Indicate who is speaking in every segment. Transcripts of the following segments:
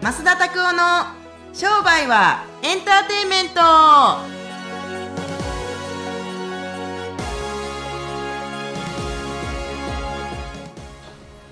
Speaker 1: 増田拓夫の商売はエンターテインメント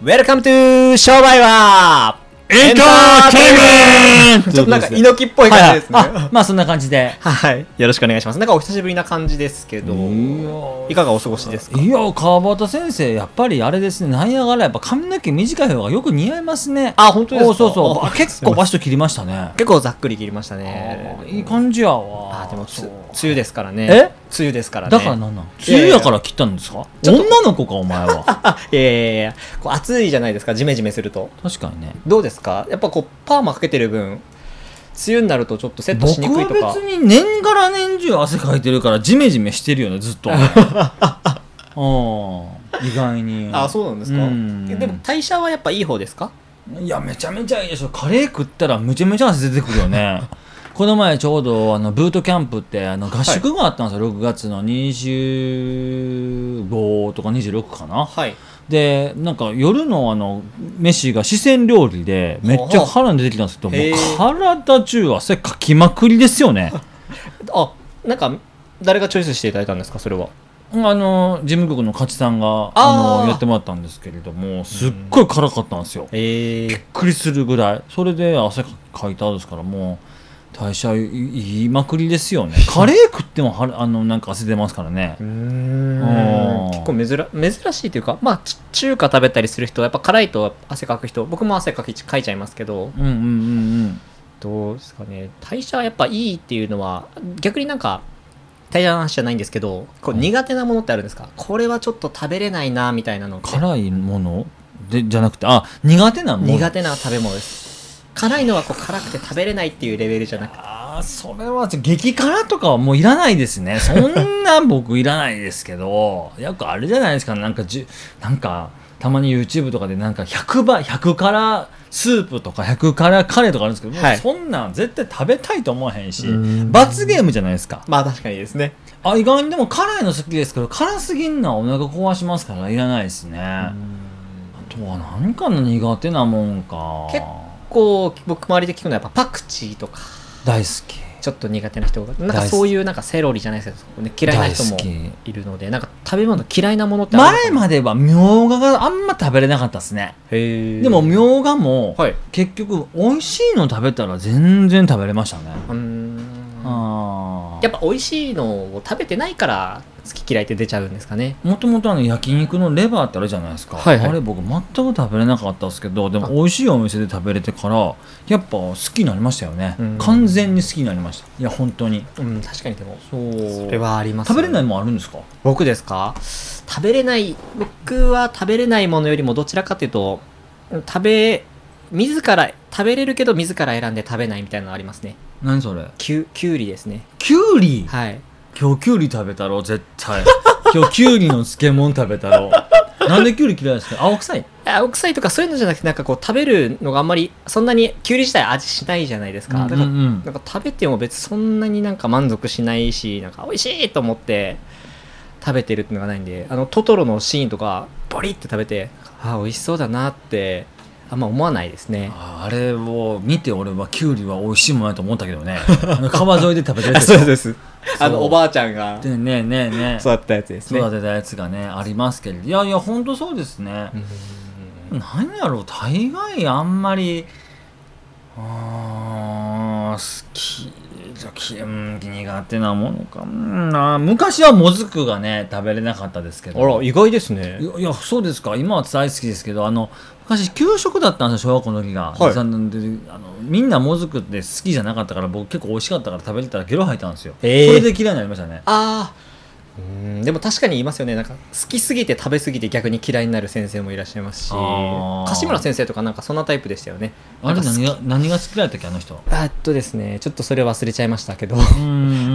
Speaker 2: ウェルカムトゥー商売は
Speaker 3: エンターテイメント
Speaker 2: ちょっとなんか猪木っぽい感じですね。
Speaker 3: はいあまあそんな感じで。
Speaker 2: はい。よろしくお願いします。なんかお久しぶりな感じですけど、いかがお過ごしですか
Speaker 3: いや、川端先生、やっぱりあれですね、なんやがらやっぱ髪の毛短い方がよく似合いますね。
Speaker 2: あ本当ですか
Speaker 3: おそうそう。
Speaker 2: あ
Speaker 3: あ結構バシッと切りましたね。
Speaker 2: 結構ざっくり切りました
Speaker 3: あ
Speaker 2: ね
Speaker 3: ー。いい感じやわ。
Speaker 2: あーでもつ、
Speaker 3: そう
Speaker 2: 梅雨ですからね。
Speaker 3: え
Speaker 2: 梅雨ですからね。
Speaker 3: だからなんなん
Speaker 2: いや
Speaker 3: 梅雨やから切ったんですか
Speaker 2: ちょっと
Speaker 3: 女の子か、お前 は。
Speaker 2: あ、いやいやいやこう暑いじゃないですか、ジメジメすると。
Speaker 3: 確かにね。
Speaker 2: どうですかやっぱこう、パーマかけてる分、梅雨になるとちょっとセットし
Speaker 3: 僕
Speaker 2: にくいと
Speaker 3: は
Speaker 2: か
Speaker 3: 別。に年がら年中汗かいてるからジメジメしてるよねずっ とうん意外に
Speaker 2: あ、そうなんですか、
Speaker 3: うん
Speaker 2: でも代謝はやっぱいい方ですか
Speaker 3: いやめちゃめちゃいいでしょカレー食ったらめちゃめちゃ汗出てくるよね この前ちょうどあのブートキャンプってあの合宿があったんですよ、6月の25とか26かな
Speaker 2: はい。
Speaker 3: でなんか夜のあの飯が四川料理でめっちゃ腹に出てきたんですけども
Speaker 2: へ
Speaker 3: う
Speaker 2: ー
Speaker 3: 体中汗かきまくりですよね
Speaker 2: あ、なんか、誰がチョイスしていただいたんですかそれは。
Speaker 3: あの事務局の勝さんが
Speaker 2: あー
Speaker 3: あのやってもらったんですけれどもすっごい辛かったんですよ、
Speaker 2: ええ
Speaker 3: びっくりするぐらいそれで汗かいたですからもう代謝いいいまくりです よねカレー食ってもはあのなんか汗出ますからね
Speaker 2: うー
Speaker 3: うんん
Speaker 2: 結構珍珍しいというか、まあ、ち中華食べたりする人はやっぱ辛いと汗かく人僕も汗かきかいちゃいますけど
Speaker 3: うんうんうん
Speaker 2: どうですかね代謝はやっぱいいっていうのは逆になんか代謝の話じゃないんですけどこう
Speaker 3: うん
Speaker 2: 苦手なものってあるんですか、これはちょっと食べれないなみたいなのっ
Speaker 3: うん
Speaker 2: て
Speaker 3: 辛いものでじゃなくてあ苦手なもの
Speaker 2: 苦手な食べ物です辛いのはこう辛くて食べれないっていうレベルじゃなくて
Speaker 3: あーそれは激辛とかはもういらないですね そんな僕いらないですけどよくあれじゃないですかなんかじゅなんかたまに YouTube とかでなんか100倍100辛スープとか100辛カレーとかあるんですけど、もう
Speaker 2: はい
Speaker 3: そんなん絶対食べたいと思わへんし
Speaker 2: うん
Speaker 3: 罰ゲームじゃないですか
Speaker 2: まあ確かにですね
Speaker 3: あ意外にでも辛いの好きですけど辛すぎんのはお腹壊しますからいらないですねあとは何かな苦手なもんか
Speaker 2: 結こう僕周りで聞くのはやっぱパクチーとか
Speaker 3: 大好き
Speaker 2: ちょっと苦手な人がなん
Speaker 3: 大
Speaker 2: か
Speaker 3: 好き
Speaker 2: そういうなんかセロリじゃないですけど、ね、嫌いな人も
Speaker 3: 大好き
Speaker 2: いるのでなんか食べ物嫌いなものってある
Speaker 3: 前
Speaker 2: のかな
Speaker 3: まではみょうががあんま食べれなかったですね
Speaker 2: へ
Speaker 3: でもみょうがも
Speaker 2: はい
Speaker 3: 結局美味しいの食べたら全然食べれましたね
Speaker 2: うーん
Speaker 3: あ
Speaker 2: やっぱ美味しいのを食べてないから好き嫌いって出ちゃうんですかね
Speaker 3: もともとあの焼肉のレバーってあるじゃないですか、
Speaker 2: はいはい
Speaker 3: あれ僕全く食べれなかったですけどでも
Speaker 2: あ
Speaker 3: 美味しいお店で食べれてからやっぱ好きになりましたよね
Speaker 2: うん
Speaker 3: 完全に好きになりましたいや本当に
Speaker 2: うん確かにでも
Speaker 3: そう
Speaker 2: それはあります
Speaker 3: 食べれない
Speaker 2: い
Speaker 3: もんあるんですか
Speaker 2: 僕ですか食べれない僕は食べれないものよりもどちらかというと食べ自ら食べれるけど自ら選んで食べないみたいなのありますね
Speaker 3: 何それ
Speaker 2: きゅきゅうりですね
Speaker 3: きゅうり
Speaker 2: はい
Speaker 3: 今日きゅうり食べたろ絶 対今日きゅうりの漬物食べたろなんできゅうり嫌いですか青臭い
Speaker 2: 青臭いとかそういうのじゃなくてなんかこう食べるのがあんまりそんなにきゅうり自体味しないじゃないですか、だから
Speaker 3: ん
Speaker 2: なんか食べても別にそんなになんか満足しないしなんか美味しいと思って食べてるっていうのがないんであのトトロのシーンとかボリって食べてあー美味しそうだなってあんま思わないですね
Speaker 3: ああれを見て俺はキュウリは美味しいもんやと思ったけど ねあの川沿いで食べてるやつでしょ
Speaker 2: ですあのおばあちゃんが
Speaker 3: でねえねえねえ
Speaker 2: 育てたやつですね
Speaker 3: 育てたやつがねありますけれどいやいやほんとそうですね
Speaker 2: う、ん
Speaker 3: 何やろう大概あんまりあー好ききうん苦手なものかうんな昔はもずくがね食べれなかったですけど
Speaker 2: あら意外ですね
Speaker 3: いやいやそうですか今は大好きですけどあの昔給食だったんですよ小学校の時が、
Speaker 2: はい
Speaker 3: であのみんなもずくって好きじゃなかったから僕結構美味しかったから食べてたらゲロ吐いたんですよ、
Speaker 2: えー
Speaker 3: それで嫌いになりましたね
Speaker 2: ああうんでも確かにいますよねなんか好きすぎて食べすぎて逆に嫌いになる先生もいらっしゃいますし
Speaker 3: あー
Speaker 2: 樫村先生とかなんかそんなタイプでしたよね
Speaker 3: あれ
Speaker 2: なんか
Speaker 3: 何が何が好きだったっけあの人う
Speaker 2: あえっとですねちょっとそれ忘れちゃいましたけど、
Speaker 3: ー ん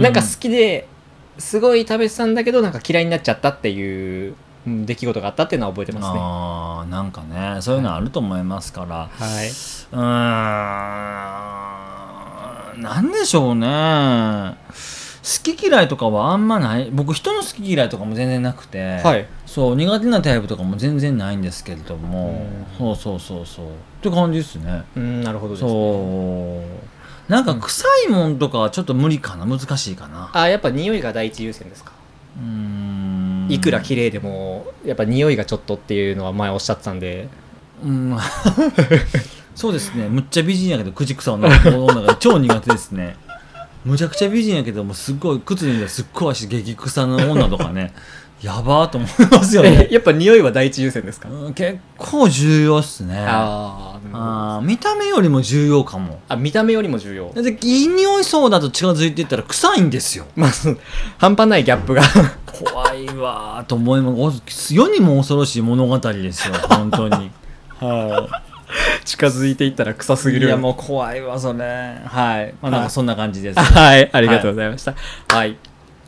Speaker 2: なんか好きですごい食べてたんだけどなんか嫌いになっちゃったっていううん出来事があったっていうのは覚えてますね
Speaker 3: あーなんかねそういうのあると思いますか
Speaker 2: は
Speaker 3: ら
Speaker 2: いう
Speaker 3: ーんなんでしょうね好き嫌いとかはあんまない僕人の好き嫌いとかも全然なくて、
Speaker 2: はい
Speaker 3: そう苦手なタイプとかも全然ないんですけれどもそうそうそうそうって感じですね
Speaker 2: うんなるほどです
Speaker 3: そうなんか臭いもんとかはちょっと無理かな難しいかな
Speaker 2: あやっぱ匂いが第一優先ですか
Speaker 3: うーん
Speaker 2: いくら綺麗でもやっぱ匂いがちょっとっていうのは前おっしゃってたんで
Speaker 3: うん そうですねむっちゃ美人やけど口臭を飲むのが超苦手ですねむちゃくちゃ美人やけどもうすっごい靴脱いだらすっごい足激臭の女とかねやばーと思いますよね
Speaker 2: やっぱ匂いは第一優先ですか
Speaker 3: うん結構重要っすね
Speaker 2: あーなるほど
Speaker 3: あー見た目よりも重要かも
Speaker 2: あ見た目よりも重要
Speaker 3: だっていい匂いそうだと近づいていったら臭いんですよ
Speaker 2: まあその半端ないギャップが
Speaker 3: 怖いわーと思います世にも恐ろしい物語ですよ本当に はい
Speaker 2: 近づいていったら臭すぎる
Speaker 3: いやもう怖いわそれはいまあなんかそんな感じです、
Speaker 2: はい、ありがとうございました。はい。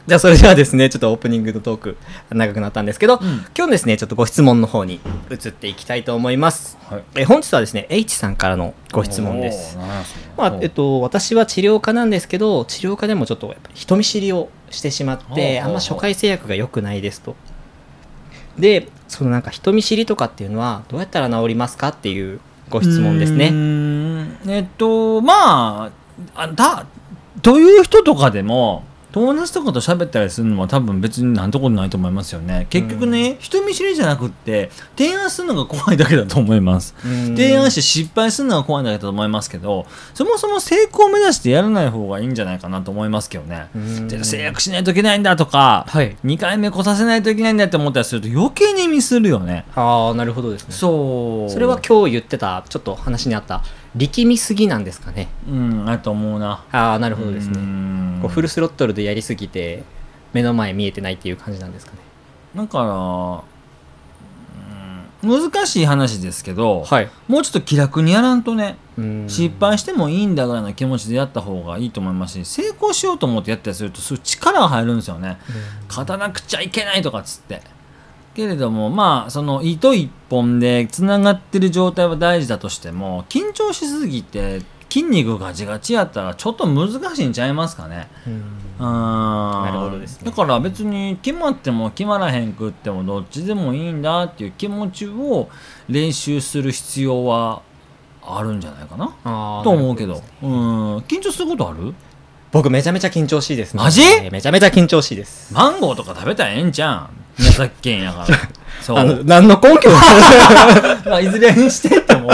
Speaker 2: じゃあ、それではですね、ちょっとオープニングのトーク、長くなったんですけど、今日ですね、ちょっとご質問の方に移っていきたいと思います。
Speaker 3: はい
Speaker 2: え本日はですね、H さんからのご質問です
Speaker 3: お。ー。なんやそれ
Speaker 2: まあ、えっと、私は治療家なんですけど、治療家でもちょっとやっぱり人見知りをしてしまっ
Speaker 3: ほうほうほ
Speaker 2: て、
Speaker 3: う
Speaker 2: あんま初回制約が良くないですと。で、そのなんか人見知りとかっていうのは、どうやったら治りますかっていうご質問です
Speaker 3: う
Speaker 2: ね。
Speaker 3: ーんえっとまああだという人とかでも友達とかと喋ったりするのは多分別になんてことないと思いますよね結局ね人見知りじゃなくって提案するのが怖いだけだと思います提案して失敗するのが怖いんだけどと思いますけどそもそも成功を目指してやらない方がいいんじゃないかなと思いますけどね。
Speaker 2: うん
Speaker 3: で制約しないといけないんだとか、
Speaker 2: はい
Speaker 3: 2回目来させないといけないんだって思ったりすると余計にミスるよね。
Speaker 2: ああ、なるほどですね。
Speaker 3: そう
Speaker 2: それは今日言ってたちょっと話にあった力みすぎなんですかね
Speaker 3: うんあと思うな。
Speaker 2: ああなるほどです
Speaker 3: う
Speaker 2: ね
Speaker 3: ん
Speaker 2: こうフルスロットルでやりすぎて目の前見えてないっていう感じなんですかね
Speaker 3: だから、うん難しい話ですけど、
Speaker 2: はい
Speaker 3: もうちょっと気楽にやらんとね
Speaker 2: うん
Speaker 3: 失敗してもいいんだぐらいの気持ちでやった方がいいと思いますし成功しようと思ってやったりするとすごい力が入るんですよね。勝たなくちゃいけないとかっつってけれどもまあその糸一本でつながってる状態は大事だとしても緊張しすぎて筋肉ガチガチやったらちょっと難しいんちゃいますかね
Speaker 2: うん
Speaker 3: な
Speaker 2: なるほどですね
Speaker 3: だから別に決まっても決まらへんくってもどっちでもいいんだっていう気持ちを練習する必要はあるんじゃないかな
Speaker 2: あー
Speaker 3: と思うけ
Speaker 2: な
Speaker 3: ど
Speaker 2: るほですね
Speaker 3: うん緊張することある
Speaker 2: 僕めちゃめちゃ緊張しいですね
Speaker 3: マジ
Speaker 2: えーめちゃめちゃ緊張しいです
Speaker 3: マンゴーとか食べたらええんじゃん宮崎県 やからそう
Speaker 2: あの何の根拠 も
Speaker 3: まあ、いずれにしてっても、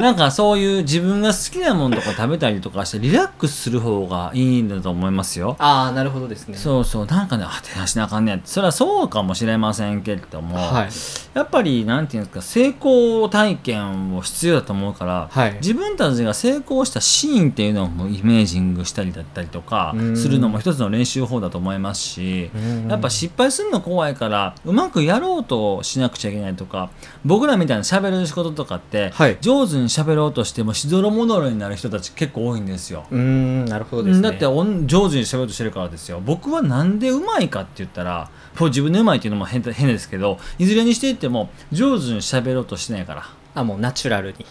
Speaker 3: なんかそういう自分が好きなものとか食べたりとかしてリラックスする方がいいんだと思いますよ。
Speaker 2: ああなるほどですね
Speaker 3: そうそう、なんかね、あ、手出しなあかんねやってそれはそうかもしれませんけれども、
Speaker 2: はい
Speaker 3: やっぱり、なんていうんですか、成功体験を必要だと思うから、
Speaker 2: はい
Speaker 3: 自分たちが成功したシーンっていうのをもうイメージングしたりだったりとか
Speaker 2: うん
Speaker 3: するのも一つの練習法だと思いますし
Speaker 2: うん
Speaker 3: やっぱ失敗するの怖いからうまくやろうとしなくちゃいけないとか僕らみたいな喋る仕事とかって、
Speaker 2: はい
Speaker 3: 上手に喋ろうとしてもしどろもどろになる人たち結構多いんですよ。
Speaker 2: うーんなるほどですね
Speaker 3: だっておん上手に喋ろうとしてるからですよ僕はなんでうまいかって言ったらこう自分でうまいっていうのも変だ変ですけどいずれにしていっても上手に喋ろうとしてないから
Speaker 2: あもうナチュラルに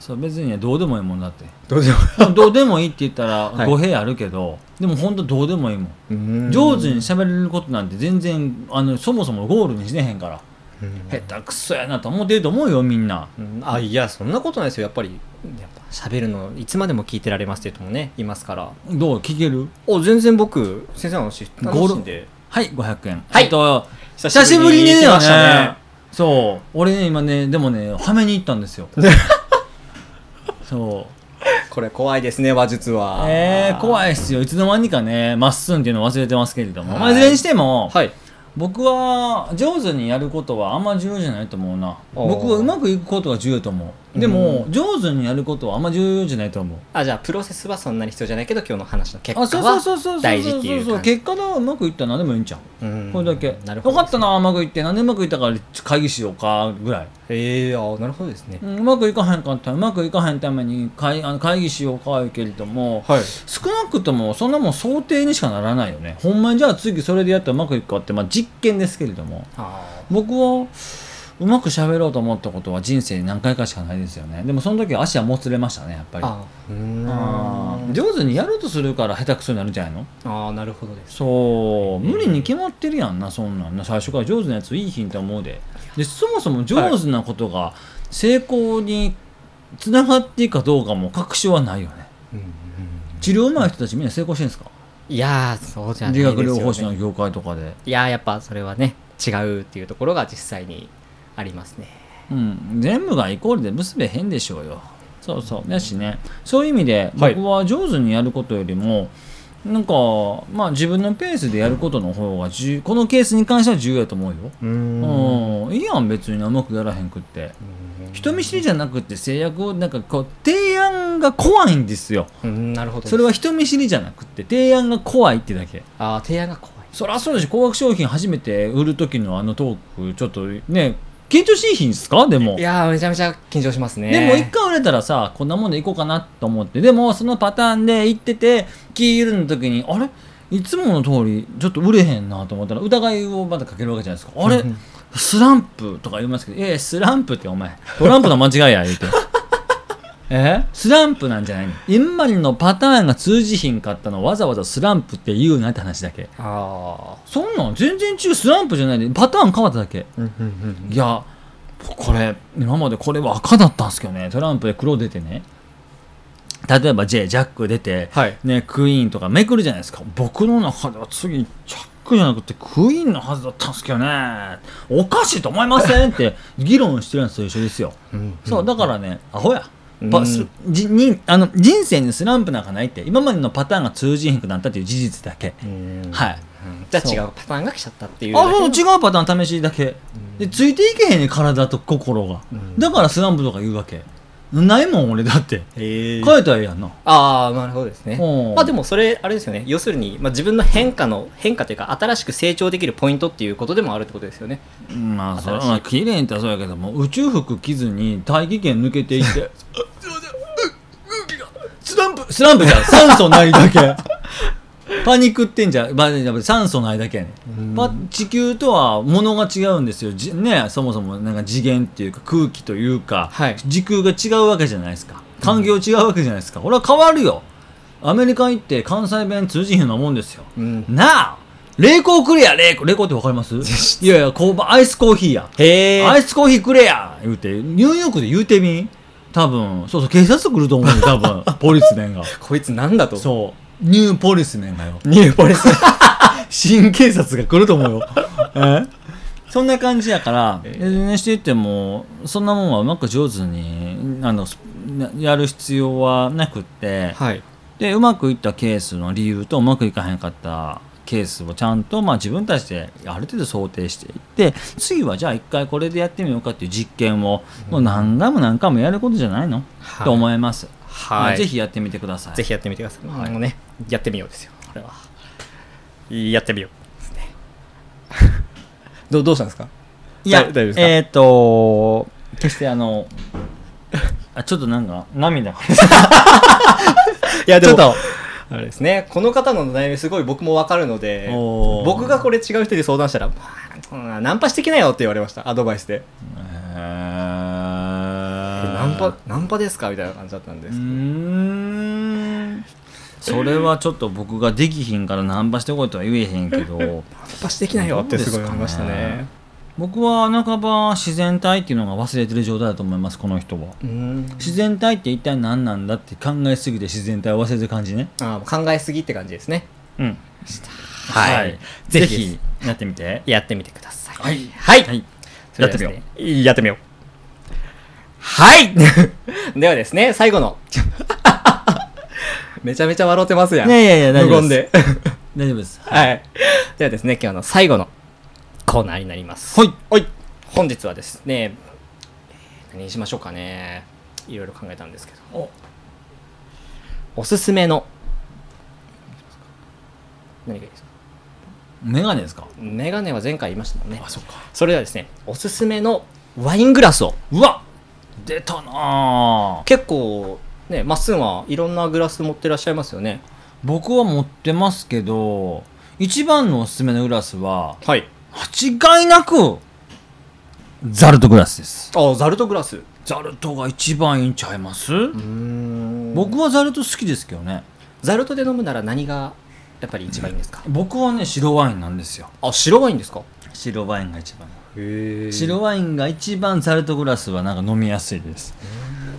Speaker 3: そう別にねどうでもいいも んだって
Speaker 2: どうでも
Speaker 3: どうでもいいって言ったら
Speaker 2: はい
Speaker 3: 語弊あるけど、でも本当どうでもいいもん上手に喋れることなんて全然あのそもそもゴールにしねへんから下手くそやなと思ってると思うよみんな
Speaker 2: うんあいやそんなことないですよやっぱりやっぱ喋るのいつまでも聞いてられますっていう人もねいますから
Speaker 3: どう聞ける
Speaker 2: お全然僕先生の話楽しんで
Speaker 3: はい500円
Speaker 2: はい
Speaker 3: えっと
Speaker 2: 久
Speaker 3: 久しぶりにね
Speaker 2: 来ましたね
Speaker 3: そう俺ね今ねでもねはめに行ったんで すよそう
Speaker 2: これ怖いですね話術は
Speaker 3: えー、
Speaker 2: い
Speaker 3: 怖いっすよいつの間にかねまっすんっていうの忘れてますけれども、
Speaker 2: はい
Speaker 3: まあいずれにしても、
Speaker 2: はい
Speaker 3: 僕は上手にやることはあんま重要じゃないと思うな
Speaker 2: おー
Speaker 3: 僕はうまくいくことが重要だと思うでも、上手にやることはあんま重要じゃないと思う
Speaker 2: あじゃあプロセスはそんなに必要じゃないけど今日の話の結果
Speaker 3: あ
Speaker 2: は
Speaker 3: そうそうそうそうそう
Speaker 2: 大事って
Speaker 3: そ
Speaker 2: いうう
Speaker 3: そう
Speaker 2: 感じ
Speaker 3: 結果がうまくいったら何でもいいんじゃん、
Speaker 2: うん
Speaker 3: これだけ
Speaker 2: なる
Speaker 3: よ
Speaker 2: ほど
Speaker 3: かったなうまくいってなんでうまくいったから会議しようかぐらい、
Speaker 2: ええー、あなるほどですね
Speaker 3: うんうまくいかへんかったらうまくいかへんために会あの会議しようか言うけれども、
Speaker 2: はい
Speaker 3: 少なくともそんなもん想定にしかならないよねほんまにじゃあ次それでやったらうまくいくかって、まあ、実験ですけれども
Speaker 2: あ
Speaker 3: 僕はうまく喋ろうと思ったことは人生に何回かしかないですよねでもその時は足はもつれましたねやっぱり
Speaker 2: あうーん
Speaker 3: あ
Speaker 2: あ
Speaker 3: ー上手にやろうとするから下手くそになるんじゃないの
Speaker 2: ーなるほどです
Speaker 3: そう無理に決まってるやんなそんなんな最初から上手なやついいヒント思うででそもそも上手なことが成功につながっていくかどうかも確証はないよね治療上手い人たちみんな成功してるんですか
Speaker 2: いやーそうじゃないで
Speaker 3: 理
Speaker 2: すよ、
Speaker 3: 学
Speaker 2: ね、
Speaker 3: 療法士の業界とかで、
Speaker 2: いやーやっぱそれはね違うっていうところが実際にありますね
Speaker 3: うん、全部がイコールで結べへんでしょうよそうそうだしねそういう意味で
Speaker 2: はい
Speaker 3: 僕は上手にやることよりも、なんかまあ自分のペースでやることの方が重このケースに関しては重要やと思うよ
Speaker 2: う
Speaker 3: うん、いいやん別にうまくやらへんくって人見知りじゃなくて制約をなんかこう提案が怖いんですよ
Speaker 2: うんなるほど
Speaker 3: それは人見知りじゃなくて提案が怖いってだけ
Speaker 2: あー提案が怖い
Speaker 3: そりゃそうでしょ高額商品初めて売る時のあのトークちょっとね緊張しいひんですかでも
Speaker 2: いやーめちゃめちゃ緊張しますね
Speaker 3: でも一回売れたらさこんなもんでいこうかなと思ってでもそのパターンで行ってて気緩の時にあれいつもの通りちょっと売れへんなと思ったら疑いをまだかけるわけじゃないですかあれスランプとか言いますけど「えスランプってお前トランプの間違いや」言うて。えスランプなんじゃないの今までのパターンが通じひんかったのわざわざスランプって言うなって話だけ
Speaker 2: あ
Speaker 3: そんなん全然違うスランプじゃないでパターン変わっただけ
Speaker 2: あ
Speaker 3: いやこれ今までこれは赤だったんですけどねトランプで黒出てね例えば J ジャック出て、
Speaker 2: はい
Speaker 3: ね、クイーンとかめくるじゃないですか僕の中では次ジャックじゃなくてクイーンのはずだったんですけどねおかしいと思いませんって議論してるのと一緒ですよ、そうだからねアホや
Speaker 2: う
Speaker 3: パ
Speaker 2: ん
Speaker 3: スじにあの人生にスランプなんかないって今までのパターンが通じへんくなったっていう事実だけ、
Speaker 2: うん
Speaker 3: はい
Speaker 2: うんじゃあ違うパターンが来ちゃったっていうだけ
Speaker 3: あそう違うパターン試しだけでついていけへんねん体と心が、
Speaker 2: ん
Speaker 3: だからスランプとか言うわけないもん俺だって
Speaker 2: へー
Speaker 3: 変えたらええやんな
Speaker 2: ああなるほどですね
Speaker 3: うん
Speaker 2: まあでもそれあれですよね要するに、まあ、自分の変化の変化というか新しく成長できるポイントっていうことでもあるってことですよね
Speaker 3: まあそれ
Speaker 2: 新し
Speaker 3: は綺麗に言ったらそうやけども宇宙服着ずに大気圏抜けていって あすいませんう空気がスランプスランプじ ゃん酸素ないだけパニックってんじゃん、まあ、やっぱり酸素ないだけやねんパ地球とは物が違うんですよじねそもそもなんか次元っていうか空気というか、
Speaker 2: はい
Speaker 3: 時空が違うわけじゃないですか環境違うわけじゃないですか、俺は変わるよアメリカ行って関西弁通じひんようなもんですよ、
Speaker 2: うん
Speaker 3: なあ冷凍くれや冷凍冷凍ってわかります いやいやこうアイスコーヒーや
Speaker 2: へ
Speaker 3: アイスコーヒーくれや言うてニューヨークで言うてみん多分そうそう警察来ると思うよ 多分ポリスメンが
Speaker 2: こいつなんだと
Speaker 3: そうニューポリスメンがよ
Speaker 2: ニューポレス
Speaker 3: 新警察が来ると思 うよえそんな感じやから、えしていってもそんなもんはうまく上手にあのすなやる必要はなくって、
Speaker 2: はい
Speaker 3: でうまくいったケースの理由とうまくいかへんかったケースをちゃんと、まあ、自分たちである程度想定していって次はじゃあ一回これでやってみようかっていう実験を、もう何回も何回もやることじゃないの、
Speaker 2: はい
Speaker 3: と思います、
Speaker 2: はい
Speaker 3: ぜひやってみてください
Speaker 2: ぜひやってみてください、
Speaker 3: はい
Speaker 2: もうねやってみようですよこれはやってみようですね どうどうしたんですか
Speaker 3: いや
Speaker 2: 大丈夫ですか
Speaker 3: えーっ、と決してあの あちょっとなんか 涙が
Speaker 2: いや
Speaker 3: ちょっと
Speaker 2: あれですねこの方の悩みすごい僕もわかるので
Speaker 3: おー
Speaker 2: 僕がこれ違う人に相談したらまあこんなナンパしてきなよって言われましたアドバイスで
Speaker 3: え
Speaker 2: え
Speaker 3: ー
Speaker 2: ナンパナンパですかみたいな感じだったんで
Speaker 3: う
Speaker 2: す、
Speaker 3: ーんそれはちょっと僕ができひんからナンパしてこいとは言えへんけ ど
Speaker 2: ナンパしてきなよってすごい思いましたね
Speaker 3: 僕は半ば自然体っていうのが忘れてる状態だと思いますこの人は
Speaker 2: うん
Speaker 3: 自然体って一体何なんだって考えすぎて自然体を忘れてる感じね
Speaker 2: あー考えすぎって感じですね
Speaker 3: うん
Speaker 2: は
Speaker 3: はいい
Speaker 2: ぜ
Speaker 3: ぜ
Speaker 2: ひ
Speaker 3: ひやってみて
Speaker 2: やってみてください
Speaker 3: はい
Speaker 2: はい、
Speaker 3: はい
Speaker 2: それでは
Speaker 3: やって
Speaker 2: ですねやってみようはい ではですね最後のめちゃめちゃ笑ってますやん
Speaker 3: いやいやいや大
Speaker 2: 無
Speaker 3: 丈夫
Speaker 2: 言
Speaker 3: で
Speaker 2: です
Speaker 3: 大丈夫です
Speaker 2: はい。で はですね、今日の最後のコーナーになります。
Speaker 3: はい。
Speaker 2: はい。本日はですね、えー何にしましょうかね。いろいろ考えたんですけど。
Speaker 3: お
Speaker 2: おすすめの。何がいいですか
Speaker 3: メガネですか
Speaker 2: メガネは前回言いましたもんね。
Speaker 3: そっか
Speaker 2: それではですね、おすすめのワイングラスを。
Speaker 3: うわ出たなあ
Speaker 2: 結構、ね、まっすんはいろんなグラス持ってらっしゃいますよね。
Speaker 3: 僕は持ってますけど一番のおすすめのグラスは
Speaker 2: はい。
Speaker 3: 間違いなくザルトグラスです
Speaker 2: あザルトグラスう
Speaker 3: ザルトが一番いいんちゃいます、
Speaker 2: ーん僕
Speaker 3: 僕はザルト好きですけどね
Speaker 2: ザルトで飲むなら何がやっぱり一番いいんですか、
Speaker 3: 僕はね白ワインなんですよ
Speaker 2: あ白ワインですか
Speaker 3: 白ワインが一番
Speaker 2: へ
Speaker 3: 白ワインが一番ザルトグラスはなんか飲みやすいです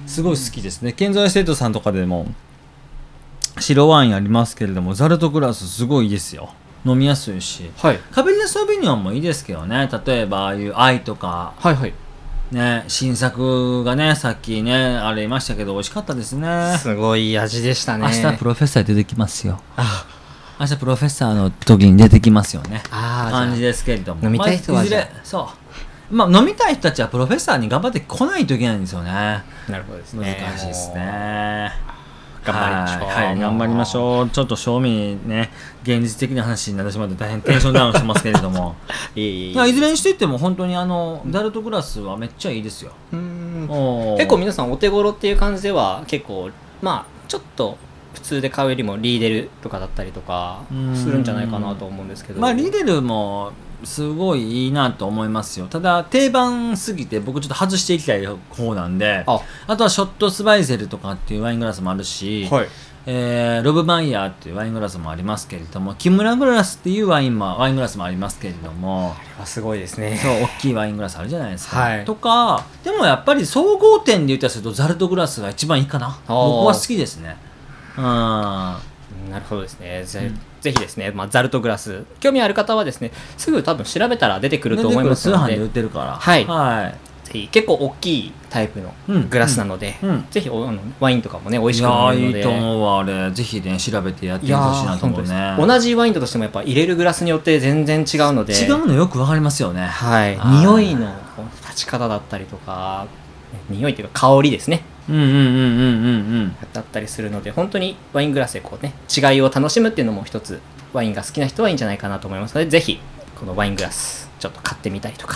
Speaker 3: すごい好きですね健在生徒さんとかでも白ワインありますけれどもザルトグラスすごいいいですよ飲みやすいし
Speaker 2: はい
Speaker 3: カベルネ・ソーヴィニョンもいいですけどね例えばああいう愛とか
Speaker 2: はいはい
Speaker 3: ね新作がねさっきねあれいましたけど美味しかったですね
Speaker 2: すごい味でしたね
Speaker 3: 明日プロフェッサー出てきますよ
Speaker 2: あ
Speaker 3: 明日プロフェッサーの時に出てきますよね
Speaker 2: あ
Speaker 3: 感じ
Speaker 2: で
Speaker 3: ですけれども
Speaker 2: 飲みたい人は
Speaker 3: まあずれ
Speaker 2: じ
Speaker 3: そうまあ飲みたい人たちはプロフェッサーに頑張ってこないといけないんですよね
Speaker 2: なるほどですね
Speaker 3: 難しいですね
Speaker 2: 頑張りましょう
Speaker 3: はい、はい頑張りましょうちょっと賞味ね現実的な話になってしまって大変テンションダウンしてますけれ ども
Speaker 2: いえいえいえ
Speaker 3: まあいずれにしていっても本当にあのダルトグラスはめっちゃいいですよ
Speaker 2: うーん
Speaker 3: 結
Speaker 2: 結構皆さんお手頃っていう感じでは結構まあちょっと普通で買うよりもリーデルとかだったりとか
Speaker 3: うん
Speaker 2: するんじゃないかなと思うんですけど
Speaker 3: まあリーデルもすごいいいなと思いますよただ定番すぎて僕ちょっと外していきたい方なんであ
Speaker 2: あ
Speaker 3: とはショットスバイゼルとかっていうワイングラスもあるし、
Speaker 2: はい
Speaker 3: えーロブマイヤーっていうワイングラスもありますけれどもキムラグラスっていうワインもワイングラスもありますけれども
Speaker 2: あすごいですね
Speaker 3: そう大きいワイングラスあるじゃないですか、
Speaker 2: はい
Speaker 3: とかでもやっぱり総合点で言ったらするとザルトグラスが一番いいかな僕
Speaker 2: あー
Speaker 3: は好きですねうん
Speaker 2: うんなるほどですねぜ,、ぜひですね、まあ、ザルトグラス興味ある方はですねすぐ多分調べたら出てくると思います
Speaker 3: 出て
Speaker 2: の
Speaker 3: くる通販
Speaker 2: で
Speaker 3: で売ってるから
Speaker 2: はい
Speaker 3: はい
Speaker 2: ぜひ結構大きいタイプの
Speaker 3: うん
Speaker 2: グラスなので、
Speaker 3: うん
Speaker 2: ぜひおあのワインとかもね美味し
Speaker 3: い
Speaker 2: く
Speaker 3: や
Speaker 2: 飲めるの
Speaker 3: ーい
Speaker 2: で
Speaker 3: いと思うわあれぜひね調べてやってみてほしいなと思うね
Speaker 2: 同じワインだとしてもやっぱ入れるグラスによって全然違うので
Speaker 3: 違うのよくわかりますよね
Speaker 2: はい
Speaker 3: あー
Speaker 2: 匂いのこう立ち方だったりとか匂いというか香りですね
Speaker 3: うんうんうんうんうん
Speaker 2: だったりするので本当にワイングラスでこうね違いを楽しむっていうのも一つワインが好きな人はいいんじゃないかなと思いますのでぜひこのワイングラスちょっと買ってみたりとか、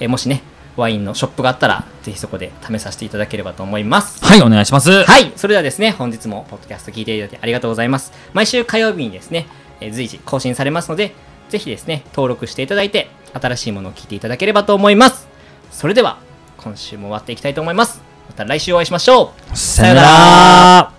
Speaker 2: えーもしねワインのショップがあったらぜひそこで試させていただければと思います
Speaker 3: はいお願いします
Speaker 2: はい、それではですね、本日もポッドキャスト聞いていただきありがとうございます。毎週火曜日にですね、えー随時更新されますので、ぜひですね、登録していただいて、新しいものを聞いていただければと思います。それでは、今週も終わっていきたいと思います。また来週お会いしましょう。
Speaker 3: さ
Speaker 2: さよなら